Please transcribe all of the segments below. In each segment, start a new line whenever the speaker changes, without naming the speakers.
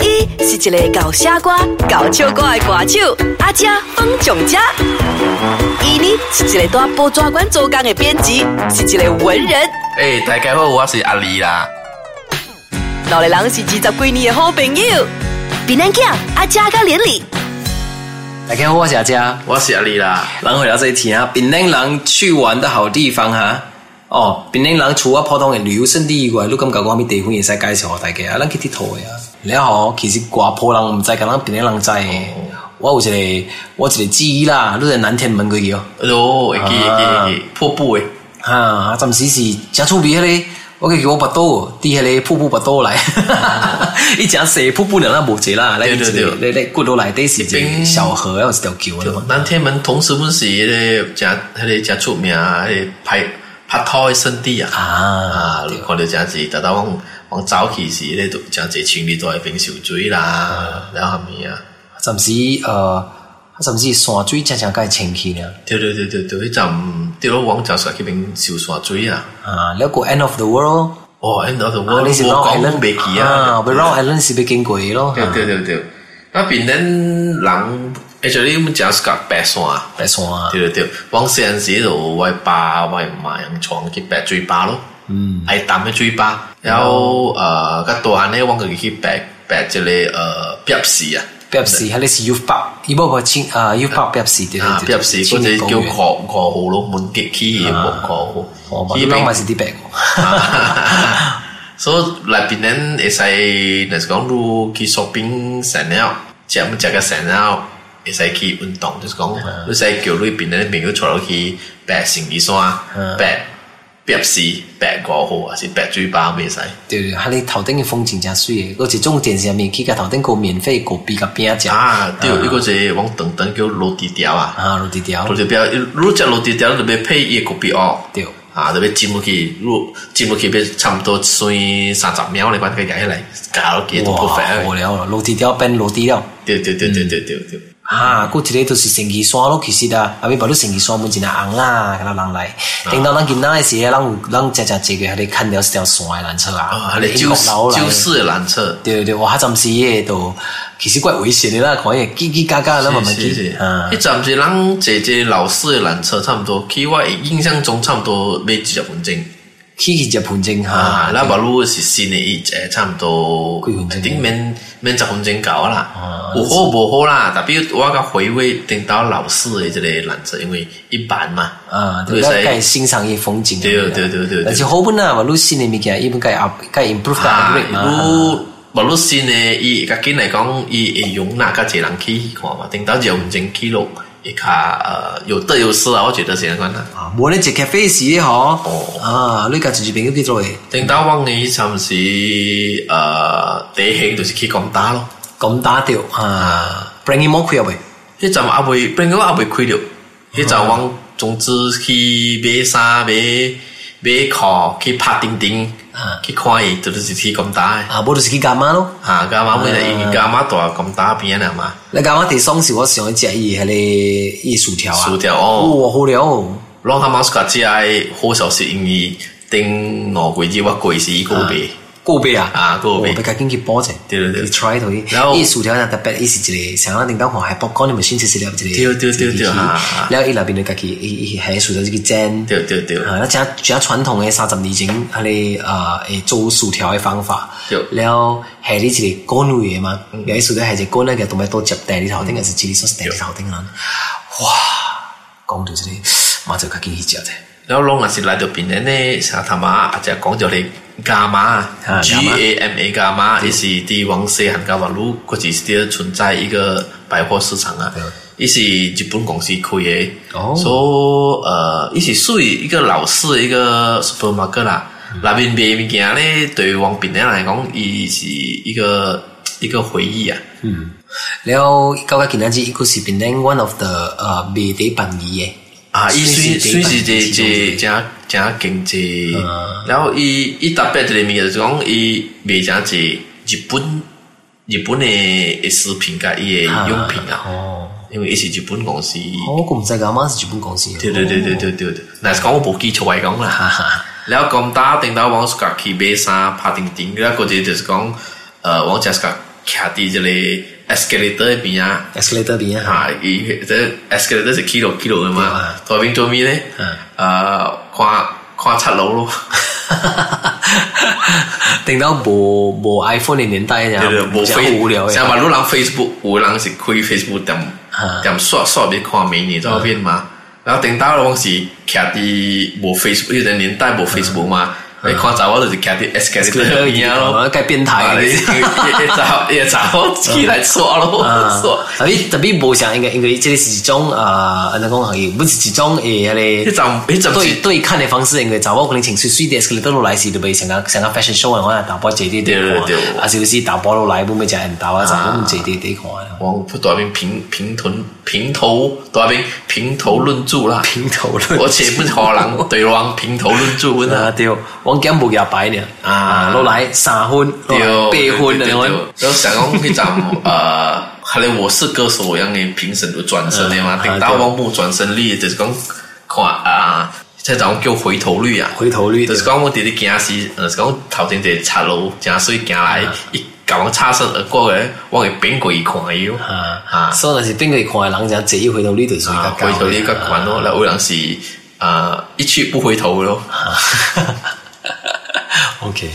伊是一个搞傻歌、搞笑歌的歌手，阿姐方强家。伊呢是一个在报纸馆做工的编辑，是一个文人。
诶、大家好，我是阿丽啦。
两个人是二十几年的好朋友。比咱囝阿姐甲连理，
大家好，我是阿佳。
我是阿丽啦。
然后回答这一题啊，槟榔人去玩的好地方哈、哦，槟榔人除了普通的旅游胜地以外，你感觉讲咩地方会使介绍给大家啊？咱去佚佗的啊。了后其实外坡人毋知，敢咱槟榔人知的。我有一个，我有一个记忆啦，你在南天门过去哦。
哦，会记会记会记，瀑布诶。
哈、啊，暂时是真趣味迄个，我叫我巴肚，伫迄个瀑布巴肚 内，伊诚细瀑布人啊无济啦，来
对对
来来骨头内底是一个小河，还有一条桥啊的嘛。
南天门同时阮是迄个真迄个真出名的，迄个拍拍拖的圣地啊。
啊，
啊，你看到真是，达达往往早起时咧，都真侪情侣都喺边受罪啦，了后面啊。
暂时呃，暂时山水真正伊清气呢。
对对对对对，迄站对咯，往早上去边受山水啊。
啊，了个 end of the world，
哦，迄度就
啊
我我讲拢袂记啊。
要 round island 是要经过的咯。
对
啊
对对对，那边咱人，actually 我们讲是讲白山啊，
白山啊，
对对对，往山时就外巴外马洋床去白水巴咯，嗯，爱淡的水巴，然后
哦
呃，较大汉咧，往个去白白一个呃白市啊，
白石迄个是 U 八，伊无个青啊 U 八白石对
啊
对对
白市，嗰
青
只
年
叫
公
河
园
河湖咯，门吉起嘅河湖
啊哦，，
去
伊
边
拢嘛是伫 白个。
所以内边人会使，若是讲如去 shopping 散了，食物食个散了，会使去运动，就是讲，你使叫你边人朋友带落去爬成吉山、爬爬市、爬五湖，还是爬水坝，袂使。
对对，迄个头顶的风景真水的，而且种电视上面去甲头顶个免费果皮甲饼食啊，
啊，对，一个是往长长叫落地条啊，
落地条
落，地条，如果食落地条，就要配伊个鼻哦。
对，
啊，就要浸落去，如浸落去，要差不多算三十秒咧，把个夹起来，夹落去都不
哇，
烦
好。了了，落地条变落地了。
对对对对对对对。
啊，嗰一个就是成吉山咯，其实啊，后尾把你成吉山门前啊红啦，咁人来，
啊
等到咱今仔嘅时咧，咱有咱只只这个喺你看到一条山嘅缆车啊，
啊，你
英
就
国
是
佬来
就，是缆车，
对对，哇，暂时嘅都其实怪危险嘅啦，可以叽叽嘎嘎啦，慢慢
是是
去，啊
是，一，站是咱姐姐老式的缆车差不多，去我的印象中差不多要几十分钟
去去只盆景
啊
哈，，
那马路是新的一节差不多
几分，钟
顶免免十分钟到啦
啊，
有好无好啦，特别我个回味顶到老式的这个缆车，因为一般嘛，
啊，
对
对，
所以
咱该欣赏伊风景，
对对对对对
而且好本啊，嘛，你新嘅物件，伊本该 up 该 improve 该
啊，
upgrade 嘛，
如马路新的伊较紧来讲，伊会容纳较侪人去看嘛，顶到十分钟去咯，会较呃有得有失啊，我觉得是安款啦。
啊，无你一咖啡时咧吼
哦，
啊，你家自己朋友去做嘅，
顶到往年暂时呃第一行就是去广打咯，
咁打掉啊，bring him more 开未？
迄站阿未，本来我阿未开着，迄站往总之去买衫买买裤去拍钉钉
啊，
去看伊就是去广打的。
啊，无就是去干妈咯。
啊，干嘛为了因为干嘛大广打边啊嘛？
你干妈第三是我上一只伊迄个伊薯条啊，
薯条哦
哇好了哦，
让他们自己的好消息，因为顶两个月我过是一个月，
够杯啊，
啊够杯
我赶紧去煲者，
对对对
去 try 到
然后
伊，伊薯条呢特别伊是一个，像咱顶头看海popcorn 你们先吃食了一个，
对对对对啊啊
然后伊内面就家己伊伊迄薯条自己煎，
对对对，
啊，那正正传统的三十年前迄个啊，呃会做薯条的方法
对，
了下你一个干类的嘛，
嗯
然后薯条下一个干类嘅，同埋多接地里头顶，还是这里所是地里头顶人，哇，讲到这里，马上较紧去食者。
然后拢若是来到边人呢，像他们啊，就讲到咧伽马
啊
，G
伽马
A M A 伽马，伊是伫往西汉伽马路，或者是伫存在一个百货市场啊，伊是日本公司开的，
哦
所以呃，伊是属于一个老式的一个 supermarket 啦，
嗯
那边卖物件咧，对于往边人来讲，伊是一个一个回忆啊。
然后到到今仔日，伊个是变成 one of the 呃卖地便宜的
啊，伊虽虽是
便
一
宜其中
一
一个啊
真真经济，然后伊伊特别一个物件就是讲伊卖真济日本日本的食品甲伊的用品啊，
哦，
因为伊是日本公司。
我我毋知干嘛是日本公司的，
对对对对对对对，若是讲我无记错来讲啦。
啊哈哈，
然后咁打定到往自家去买衫拍钉钉，然后嗰啲就是讲，呃，我就是讲徛伫这里 escalator 的边啊。
escalator 边啊，
啊，伊这 escalator 是 kilo kilo 的
对
嘛
啊，
左边左边呢
嗯，
呃，看看七楼咯，
等到无无 iPhone 的年代呀
对对，，无
比较无聊
face，像
呀，
马路人 Facebook，有的人是开 Facebook 点
啊
点刷刷别看美女照片嘛，然后等到拢是徛伫无 Facebook，有的年代无 Facebook 嘛，你看查某就是徛伫 escalator 边啊咯。
改变
啊！
态
你。 一早一早起来刷咯，刷。
特别特别无像应该应该这个是一种啊，安怎讲行业，不是一种诶，迄
一
个
早一早
对对看的方式，应该查某可能穿水水的 escalator 落来是特别像个像个 fashion show 啊，我打波坐地地看，啊是不是打波落来，不咪就很大啊，查某坐地地看。
王不短兵平平屯平头短兵平头论著啦，
平头论
而且不是荷兰对方平头论著问
啊
啊，
对，我今无廿摆呢， 啊落来三分，
对，
八啊分
对对
的
对
我
对。然后想讲那种呃，后来我是歌手一样的评审有转身的嘛
啊，
等到
对
我冇转身率就是讲看啊，即种叫回头率啊，
回头率
就是讲我直直行时，就是讲头前一个贼路，正水行来，
啊
伊甲我擦身而过咧，我会变过伊看伊哦，
啊，所以若是边个看的人，就这一回头率就是比较
啊，
高
回头率较悬
哦
咯，那有人是啊一去不回头咯。
OK，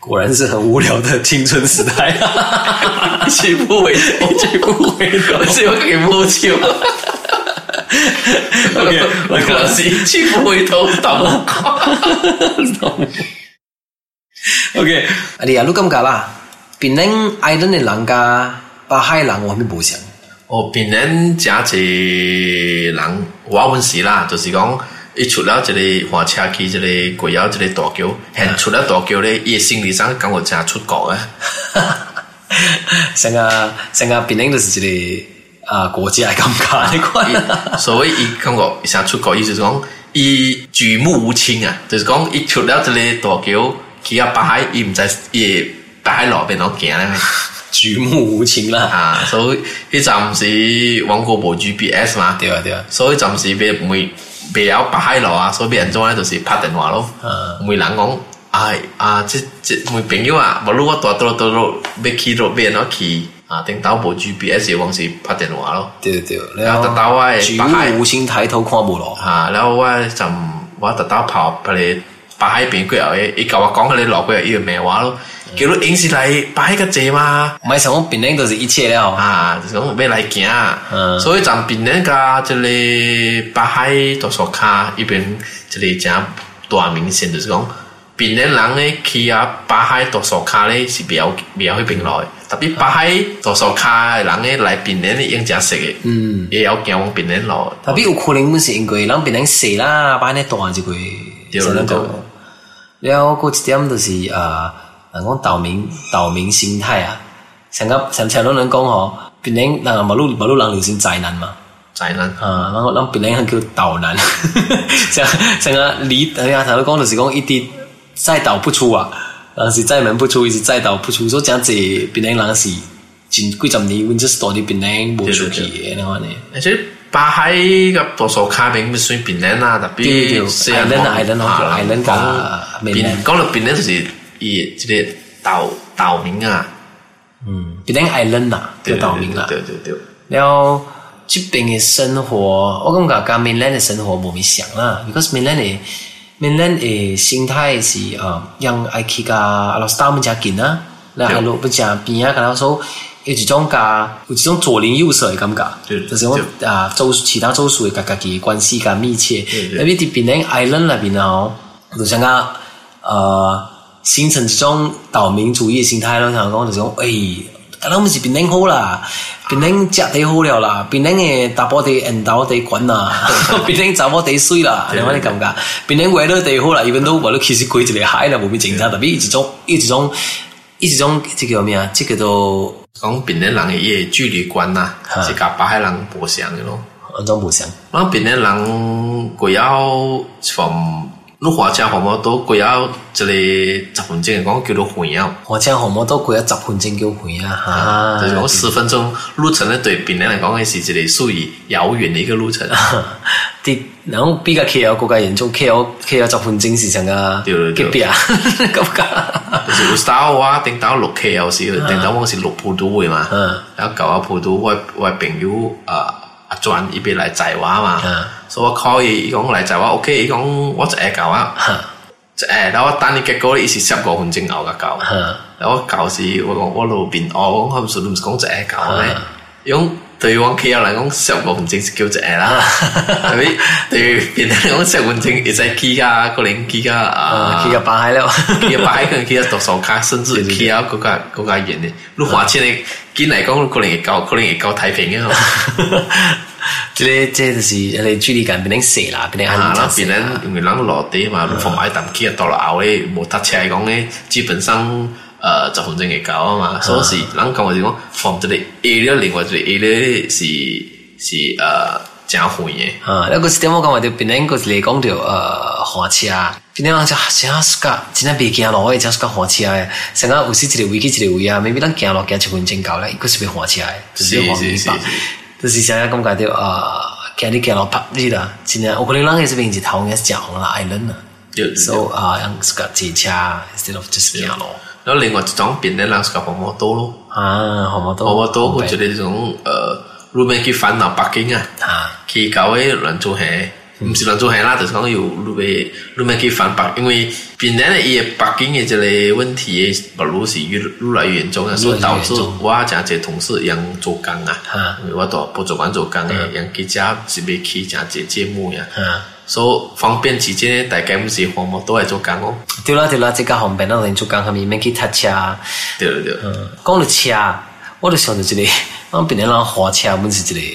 果然是很无聊的青春时代，啊一去不回头，一去不回头。
是我给摸球。
OK，
我可能是一去不回头，倒不过。
OK，啊你啊，你感觉啦，槟榔 island 的人家，巴海人我还没无像，
哦，平人真济人，我问是啦，就是讲，伊出了一个火车去这个过了这个大桥，现出了大桥咧，伊的心理上感觉真出国啊。
像啊像啊，槟榔就是一个啊国家的感觉，你看。
伊所谓伊感觉想出国，意啊思是讲伊举目无亲啊，就是讲伊出了一个大桥，去啊北海，伊毋知伊北海路边度行咧。
举目无亲啦，
啊，所以迄阵时王国无 GPS 嘛，
对啊对啊，
所以暂时别每别了北海路啊，所以别人做咧就是拍电话咯
啊。
每人讲，哎啊，即即每朋友啊，无如我大多多路要去路边咯去啊，顶头无 GPS 往是拍电话咯。
对对对，
然后达到我的
举
北海
目无亲，抬头看无路，
啊，然后我就我特登跑ไปเลยปาให้เปลี่ยนก๋วยเตี๋ยวเอ้ยอีกกับว่าก้องก็เลยหลอกก๋วยเตี๋ยวอีกแม่วะแล้วเกี่ยวรู้เองสิไรปาให้กระเจมา
唔系什么槟榔就是一切了哦，
啊，就是讲要来行
嗯
啊，所以咱槟榔加这个北海多索卡一边这个正大明显，就是讲槟榔人咧去啊北海多索卡咧是比较比较迄边来的，特别北海多索卡的人咧来槟榔咧用正熟嘅，嗯，也要行往槟榔路，
特别有可能阮是因为咱槟榔细啦，把你大一个，
对
真的
对
讲了过一点就是啊，人讲岛民岛民心态啊，像个像像咱人讲吼，槟榔人马路马路人流行宅男嘛。
宅男。
啊，然后咱槟榔人叫岛 男，像像啊离，哎呀，头先讲就是讲一直再岛不出啊，但是再门不出，一直再岛不出，所以讲这槟榔人是真几十年，阮只是住伫槟榔无出去的，那款呢。
而且北海甲多數卡面唔算平人啊，特
對對
別雖然
Island 啊
講
Island
啊
叫 Island
講
加
平
mainland
講到平人就是伊即个島島民啊，
槟榔 island 啦，叫岛民啦。
對對對，對
了这边的生活，我感觉跟 mainland 的生活无咪像啦，because mainland 的 mainland 的心态是啊，让爱去甲阿拉斯达们家近啊，然后
对
路不家边啊，跟他说有一种甲有一种左邻右舍的感觉，
对
就是讲啊，州其他州属的甲家己的关系较密切
对，对
那边伫槟榔 island 那边哦，就像讲呃。形成一种岛民主义的心态咯，想讲就是讲，哎诶、但咱们是槟榔好啦，槟榔食地好了啦，槟榔的大波地、硬豆地 滚啦，槟榔查某地水啦，你安尼感觉，槟榔外头地好啦，伊边都话你其实过一个海啦，无咩正常，特别一种一种一种，这个叫咩啊？这个都
講平人人伊嘅距離觀啊
啊，
是甲北海人無相嘅咯。
安种无像，
然后平人人過了 from 你火車好冇都過了即个十分鐘嚟講叫做遠啊。
我请红毛都过咗十分钟叫回啊，
就是讲十分钟路程呢，对平人来讲，是一个属于遥远的一个路程。
对啲，然後比較 care 國家元素，care care 集判整事情啊，
對對對
嘅啊， 咁啊噶，
但是有时候我顶到六 K 有时，顶到我是六浦都会嘛
嗯，
然后搞到啊浦都，我我朋友啊阿转伊边来载我嘛
嗯，
所以我 call 伊，伊讲来载我，OK，伊讲我一下搞啊，
嗯
一下，然后我等伊结果伊是十五分鐘後嘅搞，
嗯
然後我搞是我講我路邊我講佢唔是唔是講一下搞咩
嗯，
用對我企友嚟講啊十五分鐘是叫一下啦，
嗯
係咪？對別人嚟講十五分鐘會使企噶，可能企噶啊
啊，，佢嘅擺喺咧，
企個擺可能企到多少卡，甚至企到嗰家嗰家遠嘅，你花錢你見嚟講可能會夠，可能會夠太平嘅。
即係即係就是你注意緊，變成蛇啦，變成
啊，
眼
那
睛
别人因为人落地嘛，你放埋啖機啊，到落後咧，冇搭車嚟講咧，基本上誒就反正會搞啊嘛，所以是人講我就講放這個 A 了，另外一個 A 咧是是誒正遠嘅，
啊，那個時點我講話就變成個是嚟講到呃火車，變成人就成日暑假，真係別行路，我係真暑假火車嘅，成日有時一個位去一個位啊，未必咱行路行一分鐘到咧，佢是要火車嘅，就是要火
是是
車
是
吧，就是成日感覺到啊，行你行路拍你啦，真係我可能人喺這邊是頭嘅是紅啦，愛人啦
對對
，so 啊，人暑假自車 instead of just 行路
然後另外一種別人人是講摩多咯，
啊，好冇都
摩多我覺得這種誒路呃面去煩惱北京啊。
啊，
去搞诶乱做鞋，唔是乱做鞋啦，就是讲有路边路边去反白，因为本来呢伊北京嘅这类问题，不如是越越来越严重啊，所以导致我真侪同事养做工啊
啊，
因为我到博主馆做工啊嘅，养几家是要去真侪节目呀，
啊。
所以方便起见呢，大家唔是荒漠都系做工哦，
對啦對啦，即家方便啦，我哋做工下面免去啊搭車。
对对对，
嗯，講到車，我就想到一個， 我邊人人火車，本是一個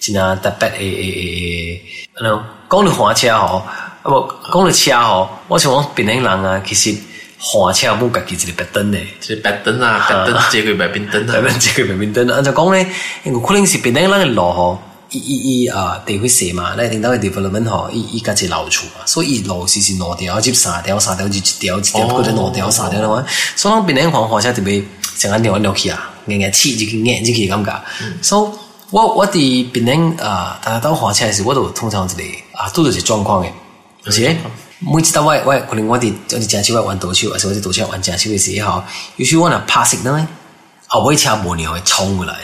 真啊特別誒誒誒，那種講到火車吼，啊不，講到車吼，我想講邊人人啊，其實火車冇家己一個特登嘅。
即白灯啊，白灯借佢白边灯
特
啊，
別即個明明燈，按照講咧，有可能是邊人人嘅路吼，伊伊伊啊地區寫嘛，咧頂到嘅 development 吼，伊伊家己留厝嘛，所以路是是兩條接三條，三條接一條，一條過咗兩條，三條啦嘛，所以邊人講火車特別成日尿尿去啊，硬硬黐住去硬住去感覺，所以我我哋邊人啊，但係到火車嘅時，我都通常一個啊都到一個狀況嘅，而且。每一到我我可能我哋我哋正手我玩倒手，或者我哋倒手玩正手嘅時候，有時我若拍食呢，后尾啊车无鸟会冲过来。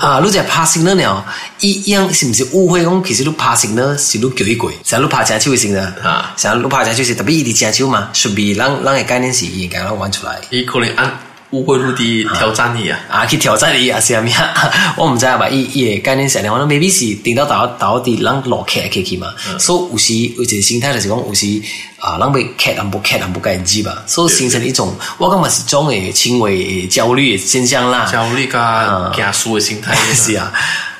啊，你在拍信了了，一样是不是误会讲？其实你拍信呢是你叫伊过，像你拍正手的信呢
啊，
像你拍正手是特别伊伫正手嘛，顺便咱咱的概念是应该咱玩出来。
伊可能按误会陆地挑战你啊。
啊，去挑战伊啊，是啊，啊，我毋知啊吧，伊伊诶概念是安尼，可能 maybe 是顶到倒倒伫咱落客客去嘛，所以有时有一个心态就是讲，有时啊，咱被客人不客人不该知吧，所以形成一种我感觉是种诶轻微的焦虑的现象啦。
焦虑加加输的心态
是啊，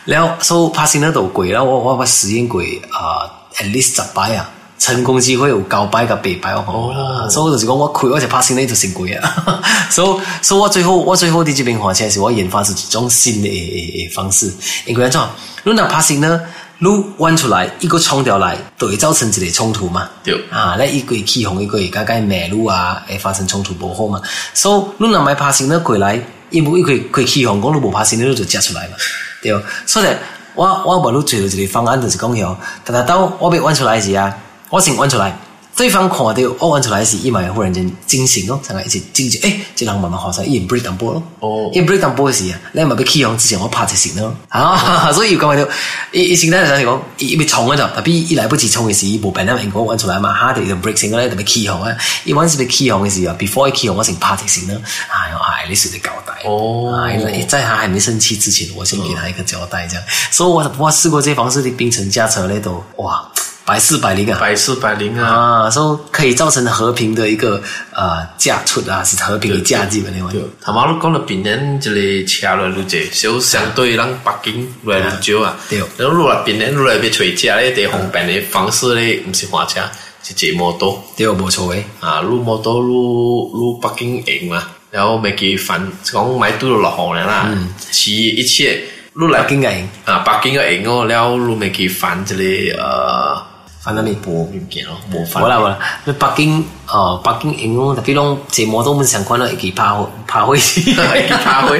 然后 so passing 那度鬼，然后我我我实验过啊、a t least 十摆啊，成功机会有九摆甲八摆我
哦
讲，所以我就是讲我开我就 passing 呢度成鬼啊， 所以所以我最后我最后伫这边火车是我研发出一种新的诶诶方式，因为安怎，你若 passing 呢，你弯出来一个冲掉来，就会造成一个冲突嘛。
对
啊，那一个起红，一个刚刚马路啊，会发生冲突不好嘛。所以，你若买拍行呢过来，因为佢佢起红，讲你无拍行，你就食出来嘛，对吧。所以呢，我我无你做到一个方案，就是讲哟，但是当我被弯出来时啊，我先弯出来，对方看到我弯出来时，伊嘛会忽然间惊醒咯，然后一直惊醒，诶，这人慢慢学晒，伊 break 淡薄咯。
哦
伊 break down 波嘅時啊，你咪俾 key 之前我拍就成咯，啊， 所以要講到，伊伊先得嚟講，伊伊咪衝嗰陣，特別伊來不及衝嘅時，伊冇病啦，因為我揾出嚟嘛，哈地就 break 成咧，特別 key 啊，伊揾時俾 key 嘅時啊，before key 我成拍就成啦，啊，我係你算你交代，
哦
啊在他還沒生氣之前，我先給他一個交代，這樣，所以我我試過這方式的冰城駕車咧都，哇，百試百靈啊！
百试百灵啊，
啊，所以可以造成和平的一個呃嫁出啊，是和平的嫁，基本嚟講。
头妈你讲到别人这里车来路济，小相对咱北京越来越少啊。
对
然后如果别人越来越找车咧，地方便的方式咧，唔是花车，是坐摩托
對，冇錯嘅。
啊，路摩托路路北京赢嘛，然后咪给反讲买都落雨了啦，其一切路来
北京嘅人
啊，北京嘅人哦，了路咪给反这里呃。
反正你。
无物件咯，无法
无。啦无啦，你北京哦，北京用拢，特别拢坐摩托门上看到会去拍火拍火 时，
会去拍火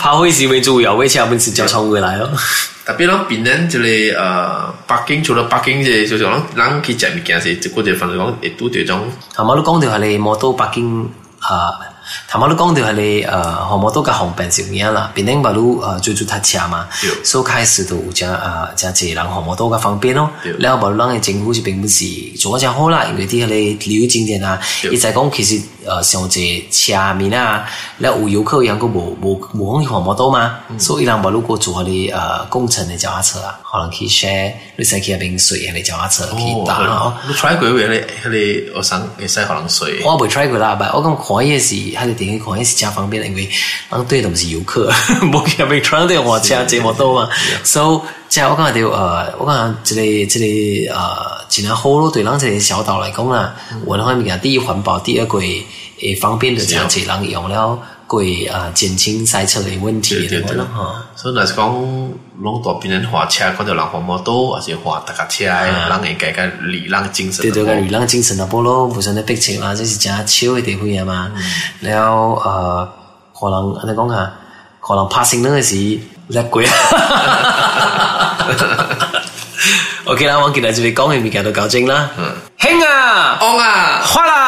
拍火时为主要，为车门是交窗过来咯。
特别咱槟榔就是呃，北京除了北京这就是讲，咱去食物件是，只个就反正讲会拄着种
头毛你講到係你摩托北京啊，頭毛你講到係你誒學摩托嘅航班少嘢啦，變頂白路誒最早搭車嘛
對，
所以開始就有隻誒隻隻人學摩托嘅方便咯
對。
然後白路人嘅政府是並不是做得真好啦，因為啲係你旅遊景點啊，
對
伊就係講其實誒上隻車面啊，然後有遊客人佢無無無可以學摩托嘛，所以人白路過做係你誒工程嘅腳踏車啊，可能去 share 你使去入邊水嘅腳踏車去打咯。
你 try 过迄个迄个学生会使互人水，
我未 try 过啦，但我感觉看夜是，还是电影看夜是真方便，因为咱对都不是游 客，无去被 try 对我车这么多嘛。so 即系我感觉就呃，我感觉这个这个呃，尽量好咯，对咱这个小岛来讲啦，我的方面第一环保，第二个诶方便的这
啊
样子，人用了会啊减轻塞车的问题
对对
的话
对
咯。哈。
所以若是讲拢大槟榔滑车，看到人滑摩托，还是滑踏脚车的，人会家家理人精神
对
的
对，
好
跟。人精神啊，不咯，互相咧逼切啊，这是真少嘅地方啊嘛。然后呃，可能安尼讲啊，可能拍成嗰时叻鬼。OK 啦，我今日就嚟讲嘅物件就搞正啦。兴啊，
昂啊！
发啦！